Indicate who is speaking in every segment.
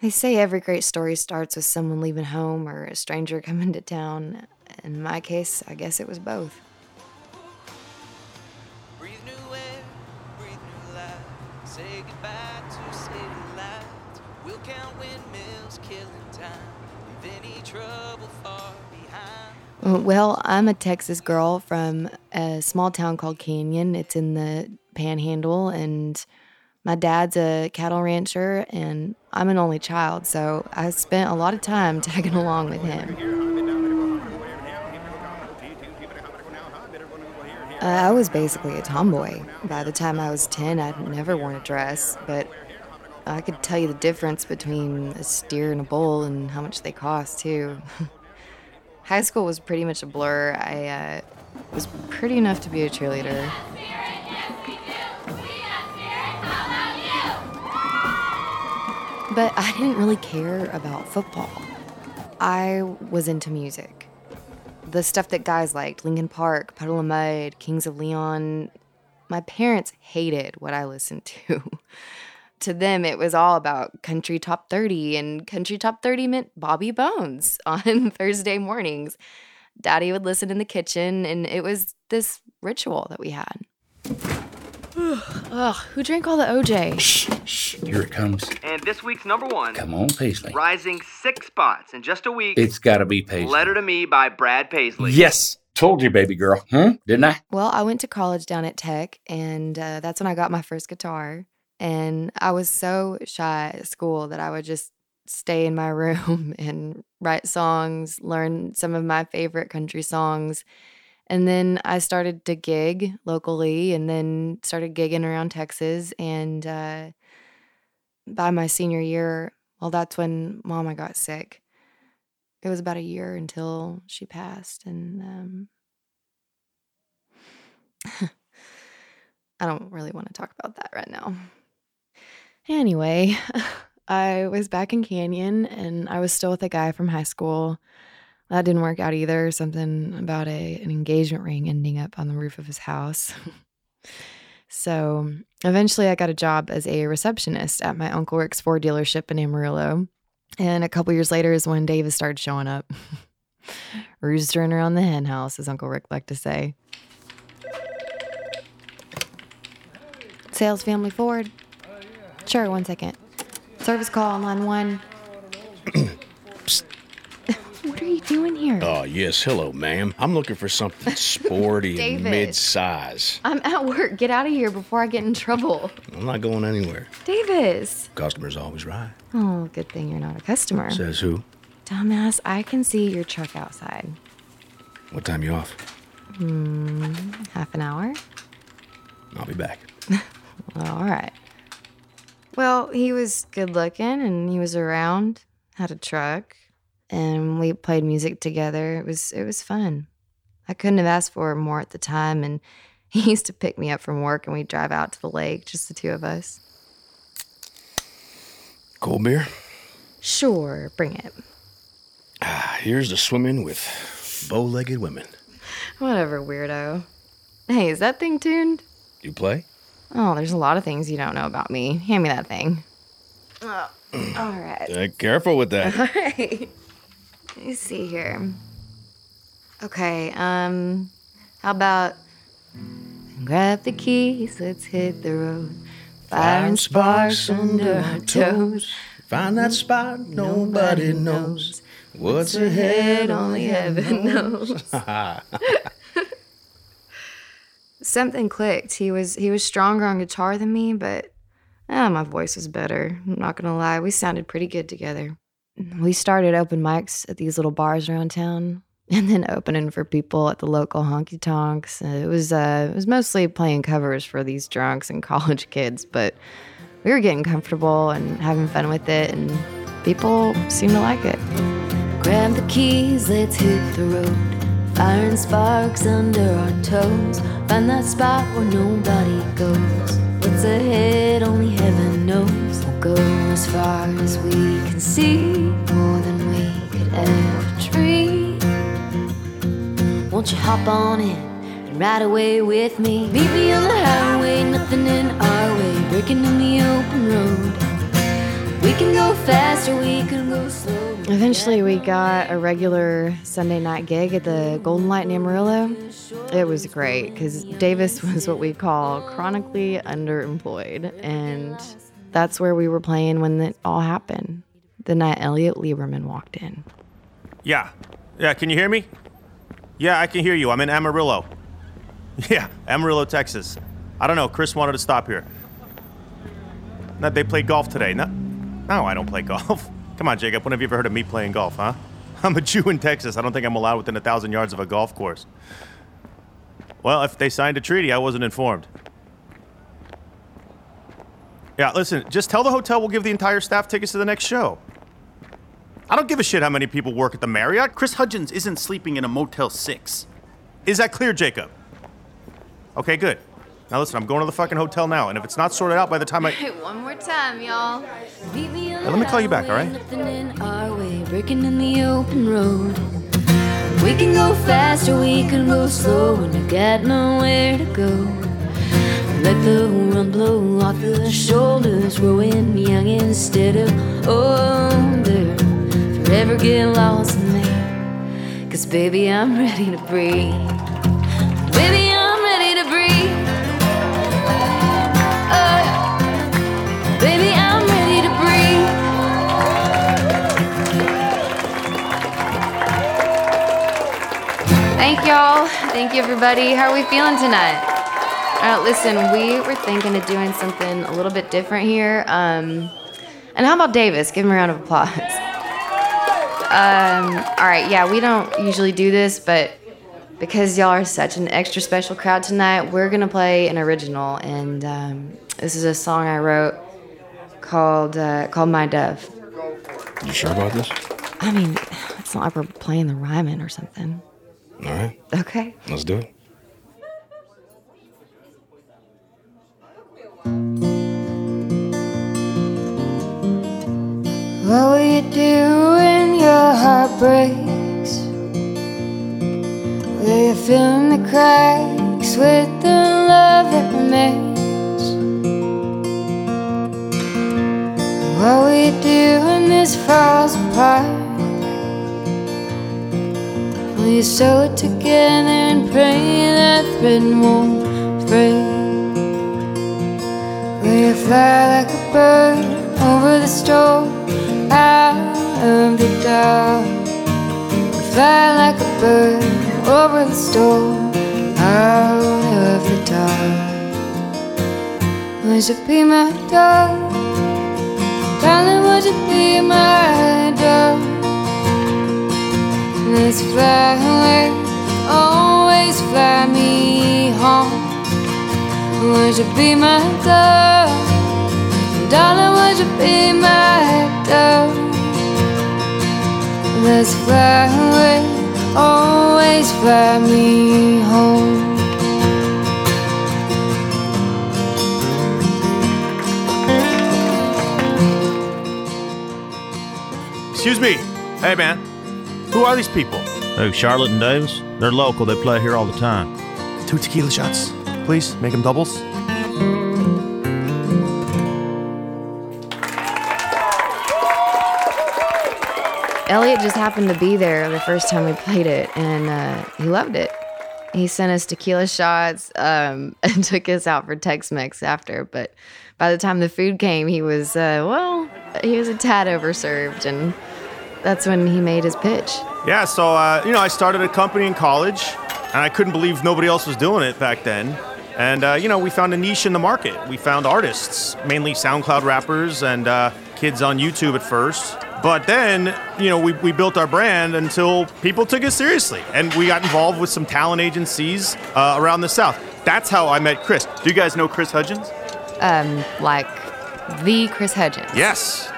Speaker 1: They say every great story starts with someone leaving home or a stranger coming to town. In my case, I guess it was both.
Speaker 2: Breathe new air, breathe new life. Say goodbye to city lights. We'll count windmills, killing time. Leave any trouble far behind.
Speaker 1: Uh, Well, I'm a Texas girl from a small town called Canyon. It's in the panhandle, and my dad's a cattle rancher, and I'm an only child, so I spent a lot of time tagging along with him. Uh, I was basically a tomboy. By the time I was 10, I'd never worn a dress, but I could tell you the difference between a steer and a bull and how much they cost, too. High school was pretty much a blur. I uh, was pretty enough to be a cheerleader. But I didn't really care about football. I was into music. The stuff that guys liked Linkin Park, Puddle of Mud, Kings of Leon. My parents hated what I listened to. to them, it was all about country top 30, and country top 30 meant Bobby Bones on Thursday mornings. Daddy would listen in the kitchen, and it was this ritual that we had. Ugh, who drank all the OJ?
Speaker 3: Shh, shh, here it comes.
Speaker 4: And this week's number one,
Speaker 3: Come on, Paisley.
Speaker 4: rising six spots in just a week,
Speaker 3: It's gotta be Paisley.
Speaker 4: Letter to Me by Brad Paisley.
Speaker 3: Yes, told you, baby girl. Huh? Didn't I?
Speaker 1: Well, I went to college down at Tech, and uh, that's when I got my first guitar. And I was so shy at school that I would just stay in my room and write songs, learn some of my favorite country songs. And then I started to gig locally and then started gigging around Texas. And uh, by my senior year, well, that's when mama got sick. It was about a year until she passed. And um, I don't really want to talk about that right now. Anyway, I was back in Canyon and I was still with a guy from high school. That didn't work out either. Something about a, an engagement ring ending up on the roof of his house. so eventually, I got a job as a receptionist at my Uncle Rick's Ford dealership in Amarillo. And a couple years later is when Davis started showing up, roostering around the hen house, as Uncle Rick liked to say. Sales Family Ford. Sure, one second. Service call on line one. what are you doing here?
Speaker 5: Oh, yes. Hello, ma'am. I'm looking for something sporty and
Speaker 1: David.
Speaker 5: mid size.
Speaker 1: I'm at work. Get out of here before I get in trouble.
Speaker 5: I'm not going anywhere.
Speaker 1: Davis.
Speaker 5: Customer's always right.
Speaker 1: Oh, good thing you're not a customer.
Speaker 5: Says who?
Speaker 1: Dumbass, I can see your truck outside.
Speaker 5: What time you off?
Speaker 1: Half an hour?
Speaker 5: I'll be back.
Speaker 1: All right. Well, he was good looking and he was around, had a truck, and we played music together. It was it was fun. I couldn't have asked for more at the time and he used to pick me up from work and we'd drive out to the lake, just the two of us.
Speaker 5: Cold beer?
Speaker 1: Sure, bring it.
Speaker 5: Ah, here's the swimming with bow legged women.
Speaker 1: Whatever, weirdo. Hey, is that thing tuned?
Speaker 5: You play?
Speaker 1: Oh, there's a lot of things you don't know about me. Hand me that thing. Oh, all right.
Speaker 5: Uh, careful with that.
Speaker 1: Alright. Let me see here. Okay, um, how about grab the keys, let's hit the road. Fire and sparks under our toes.
Speaker 5: Find that spot nobody knows. What's ahead?
Speaker 1: Head only heaven knows. Something clicked. He was he was stronger on guitar than me, but ah, my voice was better. I'm not gonna lie, we sounded pretty good together. We started open mics at these little bars around town, and then opening for people at the local honky tonks. Uh, It was uh, it was mostly playing covers for these drunks and college kids, but we were getting comfortable and having fun with it, and people seemed to like it. Grab the keys, let's hit the road. Fire and sparks under our toes. Find that spot where nobody goes. What's ahead, only heaven knows. We'll go as far as we can see. More than we could ever dream. Won't you hop on in and ride away with me? Meet me on the highway, nothing in our way. Breaking in the open road. We can go
Speaker 6: go fast or we can go slow.
Speaker 1: Eventually, we got a regular Sunday night gig at the Golden Light in Amarillo. It was great because Davis was what we call chronically underemployed. And that's where we were playing when it all happened the night Elliot Lieberman walked in.
Speaker 7: Yeah. Yeah, can you hear me? Yeah, I can hear you. I'm in Amarillo. Yeah, Amarillo, Texas. I don't know. Chris wanted to stop here. No, they played golf today. No, no, I don't play golf. Come on, Jacob. When have you ever heard of me playing golf, huh? I'm a Jew in Texas. I don't think I'm allowed within a thousand yards of a golf course. Well, if they signed a treaty, I wasn't informed. Yeah, listen, just tell the hotel we'll give the entire staff tickets to the next show. I don't give a shit how many people work at the Marriott. Chris
Speaker 8: Chris Hudgens isn't sleeping in a Motel 6.
Speaker 7: is that clear, Jacob? Okay, good. Now listen, I'm going to the fucking hotel now, and if it's not sorted out by the time I.
Speaker 1: One more time, y'all.
Speaker 7: let me call you back, all right?
Speaker 6: Nothing in our way, breaking in the open road. We can go fast or we can go slow, and you got nowhere to go. Let the wind blow off your shoulders, growing young instead of older. Forever get lost in there, cause baby, I'm ready to breathe. Baby, I'm ready to breathe.
Speaker 1: Uh,
Speaker 6: Oh, baby, I'm ready to breathe.
Speaker 1: Thank y'all. Thank you, everybody. How are we feeling tonight? Uh, listen, we were thinking of doing something a little bit different here. Um, and how about Davis? Give him a round of applause. Um, all right, yeah, we don't usually do this, but because y'all are such an extra special crowd tonight, we're gonna play an original, and um, this is a song I wrote called uh, called My Dove.
Speaker 5: You sure about this?
Speaker 1: I mean, it's not like we're playing the Ryman or something.
Speaker 5: All right,
Speaker 1: Okay.
Speaker 5: let's do it.
Speaker 6: What will you do when your heart breaks? Will you fill in the cracks with the love that remains? What will you do when this falls apart? Will you sew it together and pray that thread won't break? Will you fly like a bird over the storm out of the dark? Fly like a bird over the storm out of the dark. Would you be my dove? Darling, would you be my dove? Let's fly away, always fly me home. Would you be my dove? Darling, would you be my dove? Let's fly away, always fly me home.
Speaker 7: Excuse me. Hey, man. Who are these people?
Speaker 9: Oh, Charlotte and Davis? They're local. They play here all the time.
Speaker 7: Two tequila shots. Please, make them doubles.
Speaker 1: Elliot just happened to be there the first time we played it, and uh, he loved it. He sent us tequila shots um, and took us out for Tex-Mex after. But by the time the food came, he was uh, well, he was a tad overserved, and that's when he made his pitch.
Speaker 7: Yeah, so, uh, you know, I started a company in college, and I couldn't believe nobody else was doing it back then. And, uh, you know, we found a niche in the market. We found artists, mainly SoundCloud rappers and uh, kids on YouTube at first. But then, you know, we, we built our brand until people took it seriously. And we got involved with some talent agencies uh, around the South. That's how I met Chris. Do you guys know Chris Hudgens?
Speaker 1: Um, like the Chris Hedges.
Speaker 7: Yes.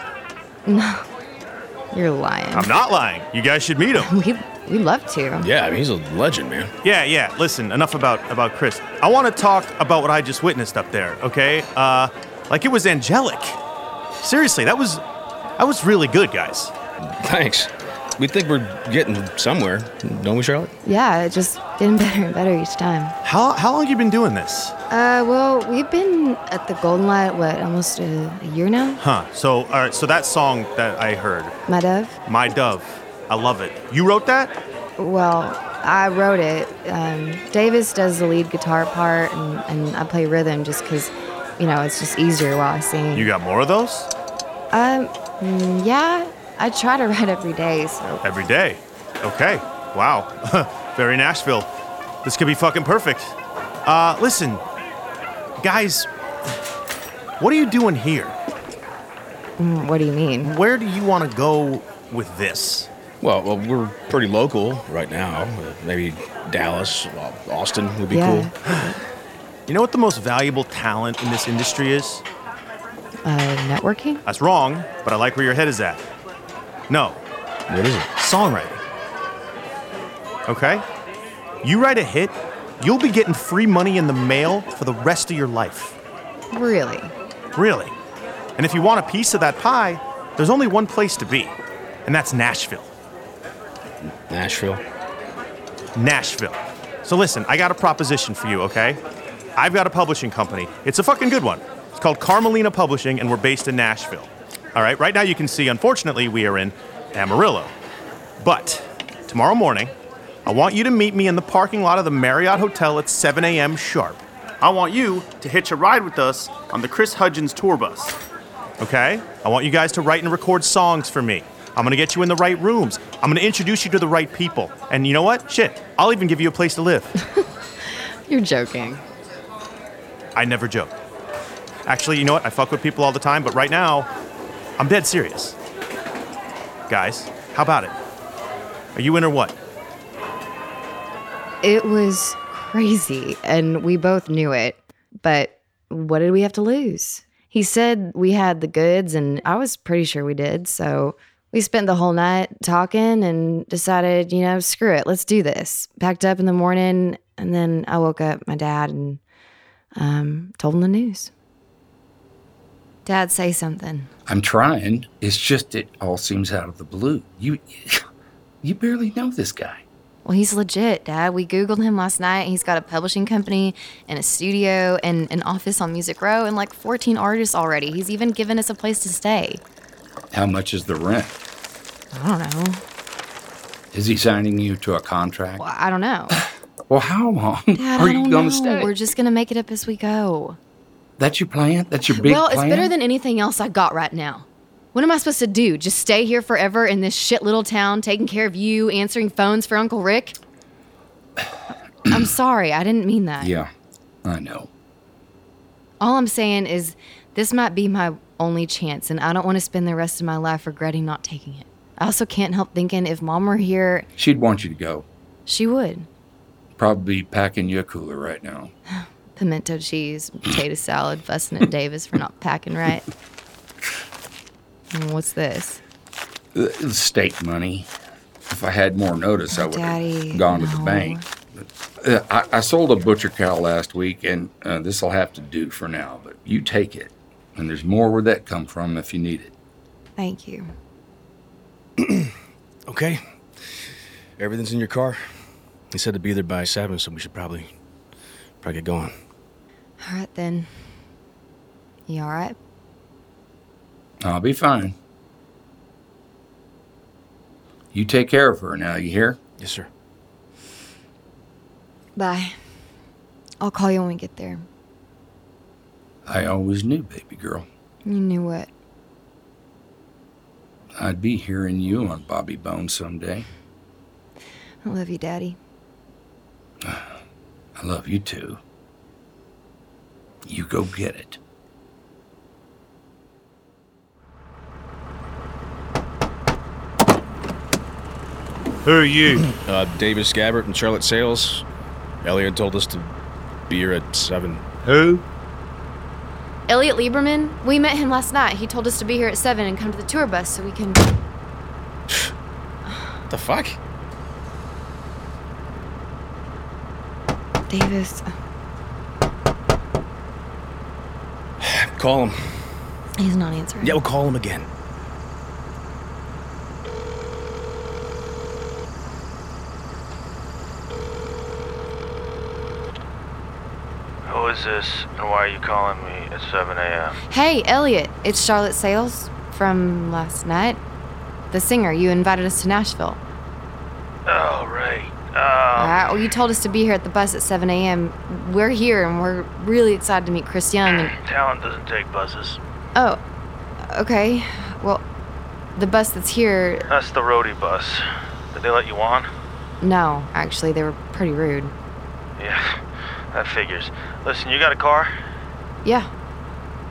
Speaker 1: you're lying.
Speaker 7: I'm not lying. You guys should meet him.
Speaker 1: we we love to.
Speaker 5: Yeah, I mean, he's a legend, man.
Speaker 7: Yeah, yeah. Listen, enough about about Chris. I want to talk about what I just witnessed up there. Okay, uh, like it was angelic. Seriously, that was that was really good, guys.
Speaker 5: Thanks. We think we're getting somewhere, don't we, Charlotte?
Speaker 1: Yeah, it just getting better and better each time.
Speaker 7: How how long you been doing this?
Speaker 1: Uh, well, we've been at the Golden Light, what, almost a, a year now?
Speaker 7: Huh. So, all right. So that song that I heard,
Speaker 1: My dove?
Speaker 7: "My Dove," I love it. You wrote that?
Speaker 1: Well, I wrote it. Um, Davis does the lead guitar part, and, and I play rhythm just because, you know, it's just easier while I sing.
Speaker 7: You got more of those
Speaker 1: um, mm, yeah, I try to write every day, so
Speaker 7: every day. Okay. Wow. Very Nashville. This could be fucking perfect. Uh, listen, guys, what are you doing here?
Speaker 1: mm, what do you mean?
Speaker 7: Where do you want to go with this?
Speaker 5: Well, well, we're pretty local right now. Uh, Maybe Dallas, uh, Austin would be
Speaker 1: yeah.
Speaker 5: cool.
Speaker 7: You know what the most valuable talent in this industry is?
Speaker 1: Uh, networking?
Speaker 7: That's wrong, but I like where your head is at. No,
Speaker 5: What is it?
Speaker 7: songwriting. Okay? You write a hit, you'll be getting free money in the mail for the rest of your life.
Speaker 1: Really?
Speaker 7: Really. And if you want a piece of that pie, there's only one place to be, and that's Nashville.
Speaker 5: Nashville.
Speaker 7: Nashville. So listen, I got a proposition for you, okay? I've got a publishing company. It's a fucking good one. It's called Carmelina Publishing, and we're based in Nashville. All right, right now you can see, unfortunately, we are in Amarillo. But tomorrow morning, I want you to meet me in the parking lot of the Marriott Hotel at 7 a.m. sharp,
Speaker 8: I want you to hitch a ride with us on the Chris Hudgens tour bus.
Speaker 7: okay? I want you guys to write and record songs for me. I'm gonna get you in the right rooms. I'm gonna introduce you to the right people. And you know what? Shit, I'll even give you a place to live.
Speaker 1: You're joking.
Speaker 7: I never joke. Actually, you know what? I fuck with people all the time, but right now, I'm dead serious. Guys, how about it? Are you in or what?
Speaker 1: It was crazy, and we both knew it. But what did we have to lose? He said we had the goods, and I was pretty sure we did. So we spent the whole night talking and decided, you know, screw it, let's do this. Packed up in the morning, and then I woke up my dad and um, told him the news. Dad, say something.
Speaker 3: I'm trying. It's just it all seems out of the blue. You, you barely know this guy.
Speaker 1: Well, he's legit, Dad. We Googled him last night. He's got a publishing company and a studio and an office on Music Row and like 14 artists already. He's even given us a place to stay.
Speaker 3: How much is the rent?
Speaker 1: I don't know.
Speaker 3: Is he signing you to a contract?
Speaker 1: Well, I don't know.
Speaker 3: Well, how long
Speaker 1: Dad,
Speaker 3: are
Speaker 1: I
Speaker 3: you
Speaker 1: don't
Speaker 3: going
Speaker 1: know.
Speaker 3: to stay?
Speaker 1: We're just going to make it up as we go.
Speaker 3: That's your plan. That's your big
Speaker 1: well,
Speaker 3: plan.
Speaker 1: it's better than anything else I got right now. What am I supposed to do? Just stay here forever in this shit little town, taking care of you, answering phones for Uncle Rick? I'm sorry. I didn't mean that.
Speaker 3: Yeah, I know.
Speaker 1: All I'm saying is this might be my only chance, and I don't want to spend the rest of my life regretting not taking it. I also can't help thinking if mom were here,
Speaker 3: She'd want you to go.
Speaker 1: she would.
Speaker 3: Probably packing you a cooler right now.
Speaker 1: Pimento cheese, potato salad, fussing at Davis for not packing right. And What's this?
Speaker 3: Uh, State money. If I had more notice, I would
Speaker 1: Daddy,
Speaker 3: have gone to the
Speaker 1: no.
Speaker 3: bank. Uh, I, I sold a butcher cow last week, and uh, this will have to do for now. But you take it, and there's more where that come from if you need it.
Speaker 1: Thank you.
Speaker 5: Okay. Everything's in your car. He said to be there by seven, so we should probably probably get going.
Speaker 1: All right then. You all right?
Speaker 3: I'll be fine. You take care of her now. You hear?
Speaker 5: Yes, sir.
Speaker 1: Bye. I'll call you when we get there.
Speaker 3: I always knew, baby girl,
Speaker 1: You knew what?
Speaker 3: I'd be hearing you on Bobby Bone someday.
Speaker 1: I love you, Daddy.
Speaker 3: I love you too. You go get it.
Speaker 9: Who are you?
Speaker 5: Uh, Davis Gabbert and Charlotte Sales. Elliot told us to be here at seven.
Speaker 9: Who?
Speaker 1: Elliot Lieberman, we met him last night. He told us to be here at 7 and come to the tour bus so we can.
Speaker 5: What the fuck?
Speaker 1: Davis,
Speaker 5: Call him.
Speaker 1: he's not answering.
Speaker 5: Yeah, we'll call him again.
Speaker 4: Who is
Speaker 10: is this, and why are you calling me at 7 a.m.?
Speaker 1: Hey, Elliot, it's Charlotte Sales from last night. The singer, you invited us to Nashville.
Speaker 10: Oh, right.
Speaker 1: All
Speaker 10: Um,
Speaker 1: right, well, you told us to be here at the bus at 7 a.m. We're here and we're really excited to meet Chris Young. And,
Speaker 10: talent doesn't take buses.
Speaker 1: oh, okay. Well, the bus that's here,
Speaker 10: That's the roadie bus. Did they let you on?
Speaker 1: no, actually, they were pretty rude.
Speaker 10: Yeah, that figures. Listen, you got a car?
Speaker 1: Yeah,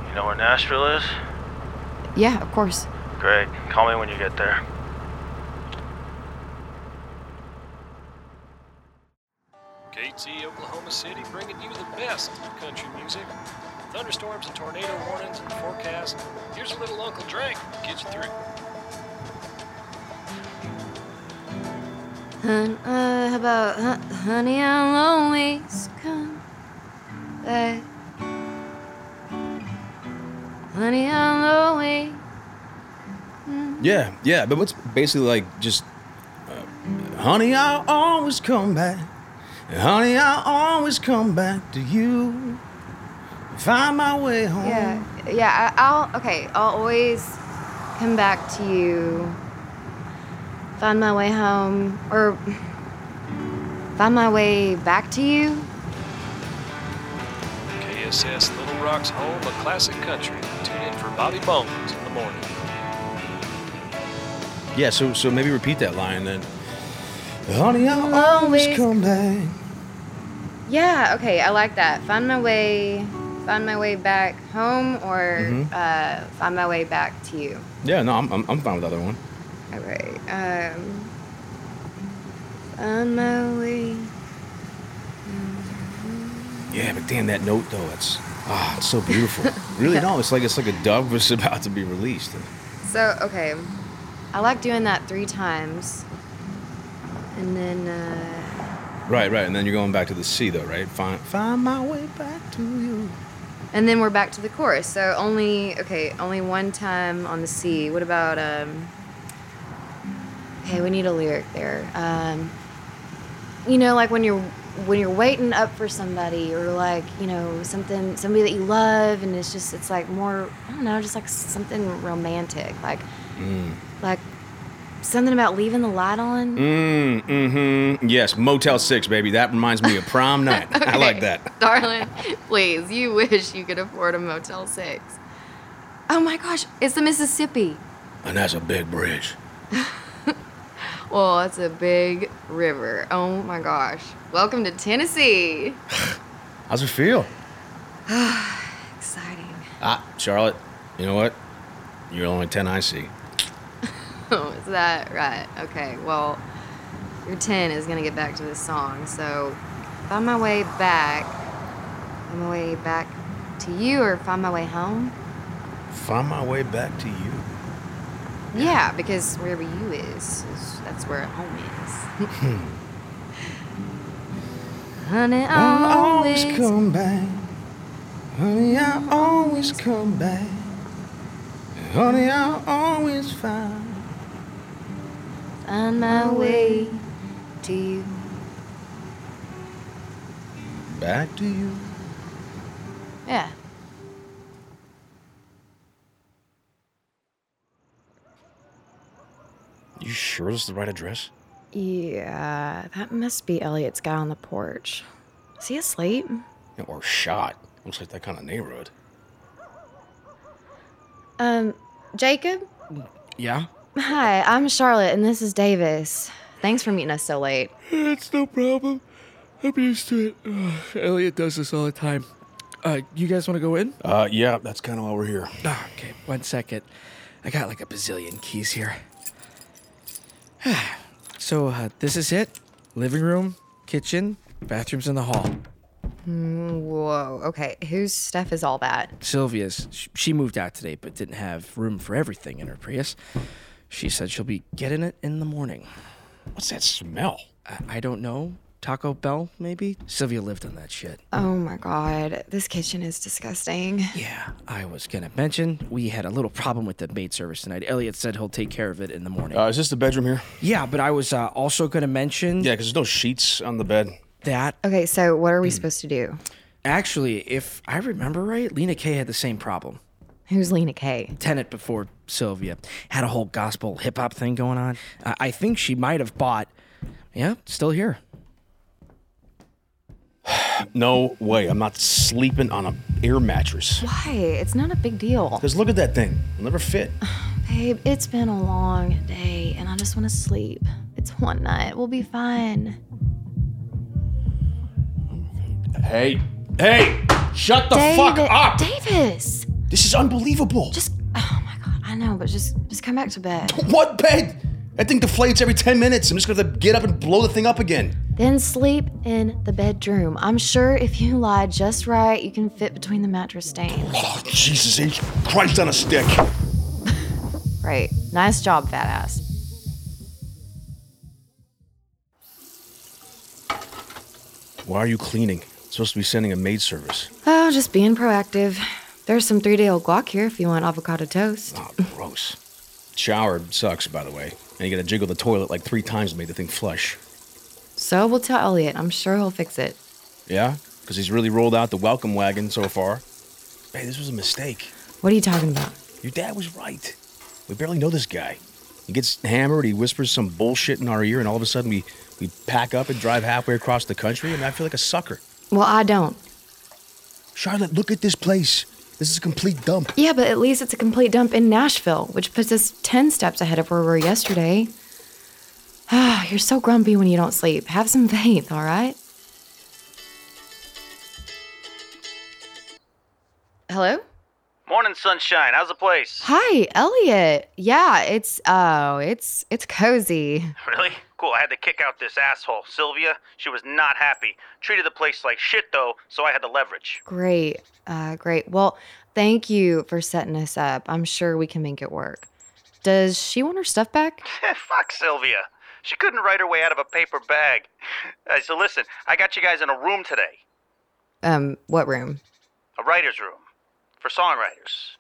Speaker 10: You know where Nashville is?
Speaker 1: yeah, of course.
Speaker 10: Great. Call me when you get there.
Speaker 11: KT Oklahoma City bringing you the best of country music. Thunderstorms and tornado warnings in the forecast. Here's a little Uncle Drake. Get you through.
Speaker 1: Hun, uh, how about hun, honey? I'll always come back. Honey, I'll always.
Speaker 5: Yeah, yeah, but what's basically like just, uh, honey, I'll always come back. Honey, I'll always come back to you. Find my way home.
Speaker 1: Yeah, yeah. I, I'll okay. I'll always come back to you. Find my way home, or find my way back to you.
Speaker 11: KSS Little Rock's home of classic country. Tune in for Bobby Bones in the morning.
Speaker 5: Yeah, so so maybe repeat that line then. Honey, I'll always come back.
Speaker 1: Yeah. Okay. I like that. Find my way. Find my way back home, or
Speaker 5: Mhm.
Speaker 1: uh, find my way back to you.
Speaker 5: Yeah, no, I'm, I'm, I'm fine with the other one.
Speaker 1: All right. Um, find my way.
Speaker 5: Yeah, but damn that note though, it's ah, it's so beautiful. really, no, it's like it's like a dove was about to be released.
Speaker 1: So okay, I like doing that three times, and then. Uh,
Speaker 5: Right, right, and then you're going back to the sea though, right? Fine. Find my way back to you.
Speaker 1: And then we're back to the chorus. So only okay, only one time on the sea. What about um Okay, we need a lyric there. Um you know, like when you're when you're waiting up for somebody or like, you know, something somebody that you love and it's just it's like more I don't know, just like something romantic. Like
Speaker 5: Mm.
Speaker 1: like something about leaving the light on.
Speaker 5: Mm, mm-hmm. Yes, Motel Six, baby. That reminds me of prom night. I like that.
Speaker 1: Darling, please, you wish you could afford a Motel 6. Oh my gosh, it's the Mississippi.
Speaker 5: And that's a big bridge.
Speaker 1: Well, that's a big river. Oh my gosh. Welcome to Tennessee.
Speaker 5: How's it feel?
Speaker 1: Exciting.
Speaker 5: Ah, Charlotte. You know what? You're the only ten I see.
Speaker 1: Oh, is that right? Okay, well, your 10 is going to get back to this song. So, find my way back. Find my way back to you or find my way home?
Speaker 5: Find my way back to you.
Speaker 1: Yeah, because wherever you is, is that's where home is. Honey, I'll
Speaker 5: I'll always
Speaker 1: always
Speaker 5: come back. Honey, I'll always come back. Honey, I'll always find.
Speaker 1: find my way to you.
Speaker 5: Back to you.
Speaker 1: Yeah.
Speaker 5: You sure this is the right address?
Speaker 1: Yeah, that must be Elliot's guy on the porch. Is he asleep?
Speaker 5: Yeah, Or shot. Looks like that kind of neighborhood.
Speaker 1: Um, Jacob?
Speaker 5: Yeah?
Speaker 1: Hi, I'm Charlotte and this is Davis. Thanks for meeting us so late.
Speaker 12: It's no problem. I'm used to it. Ugh, Elliot does this all the time. Uh, you guys want to go in?
Speaker 5: Uh, yeah, that's kind of why we're here.
Speaker 12: Ah, okay, one second. I got like a bazillion keys here. so uh, this is it: living room, kitchen, bathrooms in the hall.
Speaker 1: Mm, Whoa, okay. Whose stuff is all that?
Speaker 12: Sylvia's. sh- She moved out today, but didn't have room for everything in her Prius. She said she'll be getting it in the morning.
Speaker 5: What's that smell?
Speaker 12: I, I don't know. Taco Bell, maybe. Sylvia lived on that shit.
Speaker 1: Oh my god, this kitchen is disgusting.
Speaker 12: Yeah. I was gonna mention we had a little problem with the maid service tonight. Elliot said he'll take care of it in the morning.
Speaker 5: Uh, is this the bedroom here?
Speaker 12: Yeah, but I was uh, also gonna mention.
Speaker 5: Yeah, because there's no sheets on the bed.
Speaker 12: That
Speaker 1: Mm. Okay, so what are we supposed to do?
Speaker 12: Actually, if I remember right, Lena K had the same problem.
Speaker 1: Who's Lena K?
Speaker 12: Tenant before Sylvia had a whole gospel hip hop thing going on. I I think she might have bought. Yeah, still here.
Speaker 5: No way. I'm not sleeping on an air mattress.
Speaker 1: Why? It's not a big deal.
Speaker 5: Because look at that thing. It'll never fit.
Speaker 1: Babe, it's been a long day and I just want to sleep. It's one night. We'll be fine.
Speaker 5: Hey, hey, shut the fuck
Speaker 1: David-
Speaker 5: up.
Speaker 1: Davis!
Speaker 5: This is unbelievable.
Speaker 1: Just, oh my god, I know, but just, just come back to bed.
Speaker 5: What bed? That thing deflates every 10 minutes. I'm just gonna have to get up and blow the thing up again.
Speaker 1: Then sleep in the bedroom. I'm sure if you lie just right, you can fit between the mattress stains.
Speaker 5: Oh, Jesus H. Christ on a stick.
Speaker 1: Right. Nice job, fat ass.
Speaker 5: Why are you cleaning? It's supposed to be sending a maid service.
Speaker 1: Oh, just being proactive. There's some three day old guac here if you want avocado toast.
Speaker 5: Ah, Gross. Shower sucks, by the way. And you gotta jiggle the toilet like three times to make the thing flush.
Speaker 1: So we'll tell Elliot. I'm sure he'll fix it.
Speaker 5: Yeah? Because he's really rolled out the welcome wagon so far. Hey, this was a mistake.
Speaker 1: What are you talking about?
Speaker 5: Your dad was right. We barely know this guy. He gets hammered, he whispers some bullshit in our ear, and all of a sudden we, we pack up and drive halfway across the country, and I feel like a sucker.
Speaker 1: Well, I don't.
Speaker 5: Charlotte, look at this place. This is a complete dump.
Speaker 1: Yeah, but at least it's a complete dump in Nashville, which puts us 10 steps ahead of where we were yesterday. Ah, you're so grumpy when you don't sleep. Have some faith, all right? Hello?
Speaker 10: Morning, sunshine. How's the place?
Speaker 1: Hi, Elliot. Yeah, it's oh, it's it's cozy.
Speaker 10: Really? Cool. I had to kick out this asshole. Sylvia, she was not happy. Treated the place like shit, though, so I had the leverage.
Speaker 1: Great. Uh great. Well, thank you for setting us up. I'm sure we can make it work. Does she want her stuff back?
Speaker 10: Eh, Fuck Sylvia. She couldn't write her way out of a paper bag. Uh, so listen, I got you guys in a room today,
Speaker 1: Um, what room?
Speaker 10: a writer's room for songwriters.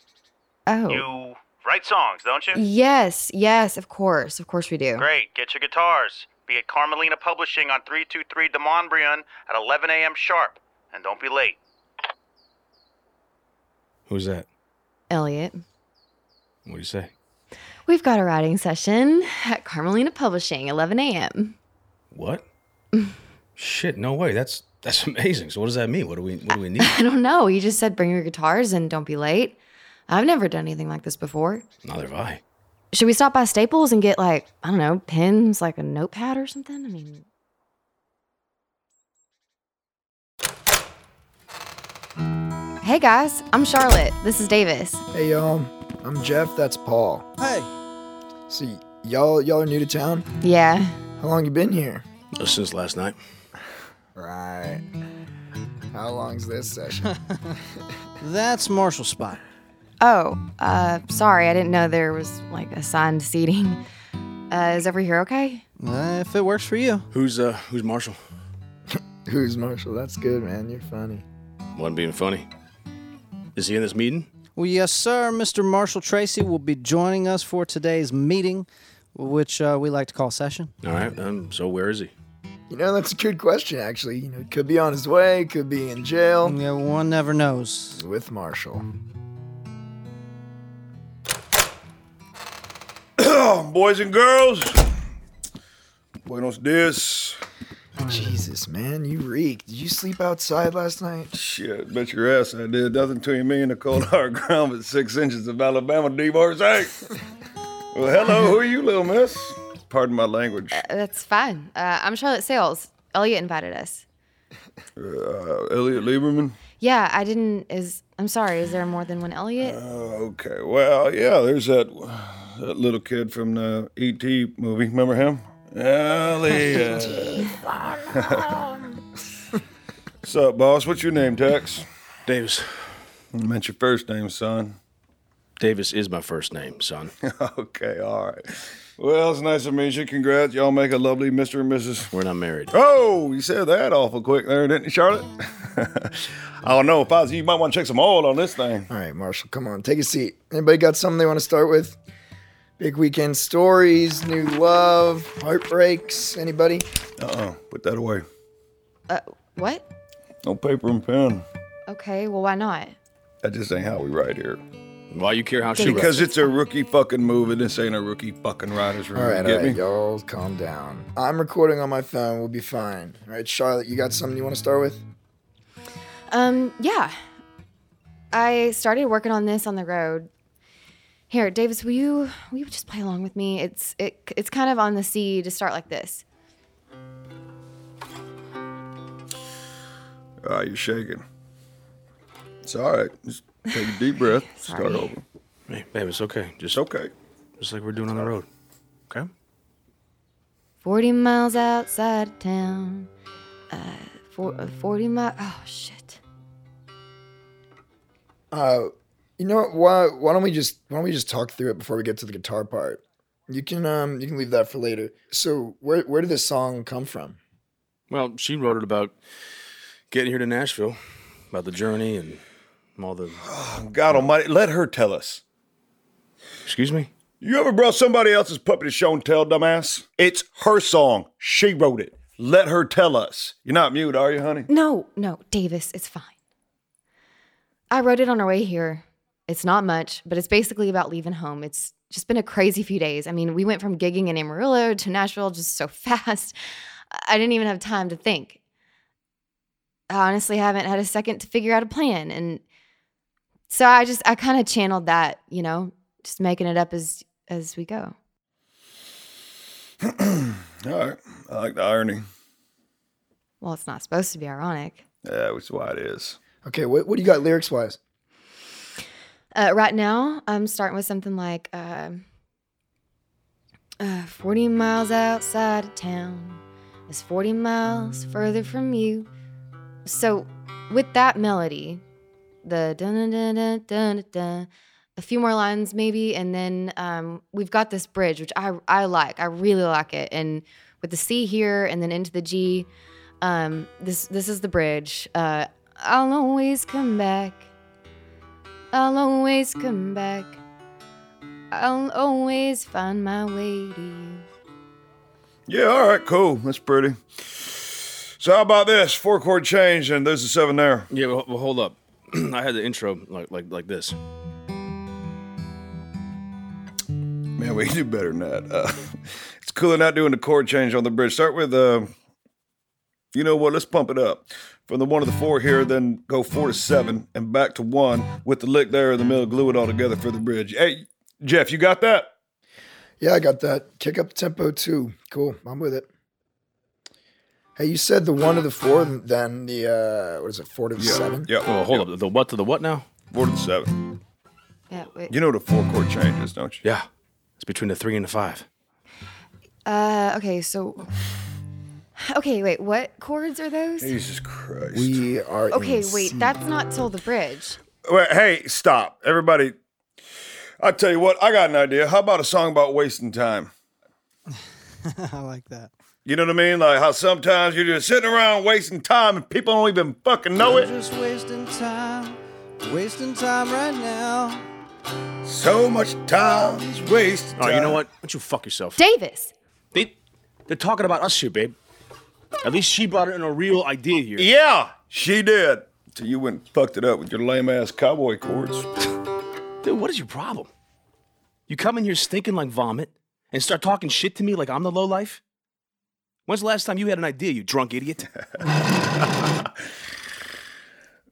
Speaker 1: Oh.
Speaker 10: You write songs, don't you?
Speaker 1: Yes, yes, of course. Of course we do.
Speaker 10: Great. Get your guitars. Be at Carmelina Publishing on 323 Demonbrion at 11 a.m. sharp. And don't be late.
Speaker 5: Who's that?
Speaker 1: Elliot,
Speaker 5: What do you say?
Speaker 1: we've got a writing session at Carmelina Publishing, 11 a.m.
Speaker 5: What? Shit, no way. That's that's amazing. So what does that mean? What do we what do we need?
Speaker 1: I don't know. You just said bring your guitars and don't be late. I've never done anything like this before.
Speaker 5: Neither have I.
Speaker 1: Should we stop by Staples and get, like, I don't know, pens, like a notepad or something? I mean, hey guys, I'm Charlotte. This is Davis.
Speaker 13: Hey y'all, I'm Jeff. That's Paul. Hey. See, y'all y'all are new to town.
Speaker 1: Yeah.
Speaker 13: How long you been here?
Speaker 5: Since last night.
Speaker 13: Right. How long's this session?
Speaker 14: That's Marshall's spot.
Speaker 1: Oh, uh, sorry, I didn't know there was like assigned seating. Uh, is everyone here okay?
Speaker 14: Uh, if it works for you.
Speaker 5: Who's uh who's Marshall?
Speaker 13: Who's Marshall? That's good, man. You're funny.
Speaker 5: Wasn't being funny. Is he in this meeting?
Speaker 14: Well, yes, sir. Mr. Marshall Tracy will be joining us for today's meeting, which uh, we like to call session.
Speaker 5: All right. Um. So where is he?
Speaker 13: You know, that's a good question, actually. You know, could be on his way, could be in jail.
Speaker 14: Yeah, one never knows.
Speaker 13: With Marshall.
Speaker 15: Boys and girls, buenos dias.
Speaker 13: Jesus, man, you reek. Did you sleep outside last night?
Speaker 15: Shit, bet your ass I did. Nothing between me and the cold hard ground but six inches of Alabama divorcee. well, hello, who are you, little miss? Pardon my language.
Speaker 1: Uh, That's fine. Uh, I'm Charlotte Sales. Elliot invited us.
Speaker 15: Uh, Elliot Lieberman?
Speaker 1: Yeah, I didn't. Is I'm sorry. Is there more than one Elliot?
Speaker 15: Okay, well, yeah, there's that, that little kid from the E.T. movie. Remember him? Elliot. What's up, boss? What's your name, Tex?
Speaker 5: Davis.
Speaker 15: You meant your first name, son.
Speaker 5: Davis is my first name, son.
Speaker 15: okay, all right. Well, it's nice to meet you. Congrats. Y'all make a lovely Mr. and Mrs.
Speaker 5: We're not married.
Speaker 15: Oh, you said that awful quick there, didn't you, Charlotte? I don't know. If I was you, you might want to check some oil on this thing.
Speaker 13: All right, Marshall, come on, take a seat. Anybody got something they want to start with? Big weekend stories, new love, heartbreaks. Anybody?
Speaker 15: Uh oh, put that away.
Speaker 1: Uh, what?
Speaker 15: No paper and pen.
Speaker 1: Okay, well, why not?
Speaker 15: That just ain't how we write here.
Speaker 5: Why you care how
Speaker 1: she
Speaker 15: Because
Speaker 1: writes?
Speaker 15: it's a rookie fucking move, and this ain't a rookie fucking writer's room.
Speaker 13: All right,
Speaker 15: you get
Speaker 13: all right,
Speaker 15: me?
Speaker 13: y'all, calm down. I'm recording on my phone. We'll be fine. All right, Charlotte, you got something you want to start with?
Speaker 1: Um, yeah. I started working on this on the road. Here, Davis, will you will you just play along with me? It's it it's kind of on the C to start like this.
Speaker 15: Ah, you're shaking. It's all right. Just take a deep breath. Start
Speaker 5: Sorry.
Speaker 15: over.
Speaker 5: Hey, babe, it's okay. Just
Speaker 15: okay.
Speaker 5: Just like we're doing on the road. Okay.
Speaker 1: Forty miles outside of town. Uh, for, uh, forty miles. Oh shit.
Speaker 13: Uh, you know what? Why, why don't we just why don't we just talk through it before we get to the guitar part? You can um you can leave that for later. So where where did this song come from?
Speaker 5: Well, she wrote it about getting here to Nashville, about the journey and all the.
Speaker 15: God Almighty, let her tell us.
Speaker 5: Excuse me?
Speaker 15: You ever brought somebody else's puppy to show and tell, dumbass? It's her song. She wrote it. Let her tell us. You're not mute, are you, honey?
Speaker 1: No, no, Davis, it's fine. I wrote it on our way here. It's not much, but it's basically about leaving home. It's just been a crazy few days. I mean, we went from gigging in Amarillo to Nashville just so fast. I didn't even have time to think. I honestly haven't had a second to figure out a plan. And so I just, I kind of channeled that, you know, just making it up as, as we go.
Speaker 15: All right. I like the irony.
Speaker 1: Well, it's not supposed to be ironic.
Speaker 15: Yeah, which is why it is.
Speaker 13: Okay, what what do you got lyrics wise?
Speaker 1: Uh, right now, I'm starting with something like uh, uh, 40 miles outside of town is 40 miles further from you. So, with that melody, the dun dun dun dun dun dun, a few more lines maybe, and then um, we've got this bridge, which I I like. I really like it. And with the C here, and then into the G, um, this this is the bridge. Uh, I'll always come back. I'll always come back. I'll always find my way to you.
Speaker 15: Yeah, all right, cool. That's pretty. So how about this? Four chord change, and there's a seven there.
Speaker 5: Yeah, well, well hold up. I had the intro like like like this.
Speaker 15: Man, we can do better than that. Uh, it's cooler not doing the chord change on the bridge. Start with, uh, you know what? Let's pump it up from the one to the four here, then go four to seven and back to one with the lick there in the middle. Glue it all together for the bridge. Hey, Jeff, you got that?
Speaker 13: Yeah, I got that. Kick up tempo too. Cool. I'm with it. Hey, you said the one to the four, then the uh what is it, four to the seven?
Speaker 15: Yeah.
Speaker 5: Well, Oh, hold up. The what to the what now?
Speaker 15: Four to the seven.
Speaker 1: Yeah, wait.
Speaker 15: You know the four chord changes, don't you?
Speaker 5: Yeah. It's between the three and the five.
Speaker 1: Uh, okay, so. Okay, wait, what chords are those?
Speaker 15: Jesus Christ.
Speaker 13: We are.
Speaker 1: Okay, wait, that's not till the bridge.
Speaker 15: Wait, hey, stop. Everybody, I tell you what, I got an idea. How about a song about wasting time?
Speaker 14: I like that.
Speaker 15: You know what I mean? Like how sometimes you're just sitting around wasting time and people don't even fucking know
Speaker 14: I'm
Speaker 15: it.
Speaker 14: Just wasting time, wasting time right now.
Speaker 15: So much time is wasted.
Speaker 5: Oh, you know what? Why don't you fuck yourself?
Speaker 1: Davis!
Speaker 5: They, they're talking about us here, babe. At least she brought in a real idea here.
Speaker 15: Yeah, she did. So you went and fucked it up with your lame ass cowboy chords.
Speaker 5: Dude, what is your problem? You come in here stinking like vomit and start talking shit to me like I'm the lowlife? When's the last time you had an idea, you drunk idiot?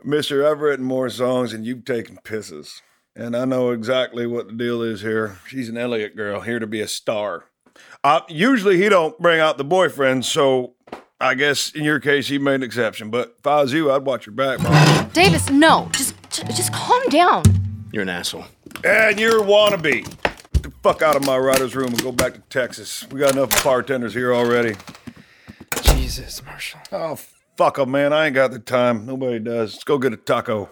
Speaker 15: Mister, I've written more songs than you've taken pisses. And I know exactly what the deal is here. She's an Elliott girl, here to be a star. Uh, usually he don't bring out the boyfriend, so I guess in your case he made an exception. But if I was you, I'd watch your back. Mom.
Speaker 1: Davis, no! Just, j- just calm down.
Speaker 5: You're an asshole.
Speaker 15: And you're a wannabe. Get the fuck out of my writer's room and go back to Texas. We got enough bartenders here already.
Speaker 13: Jesus, Marshall.
Speaker 15: Oh, fuck 'em, man. I ain't got the time. Nobody does. Let's go get a taco.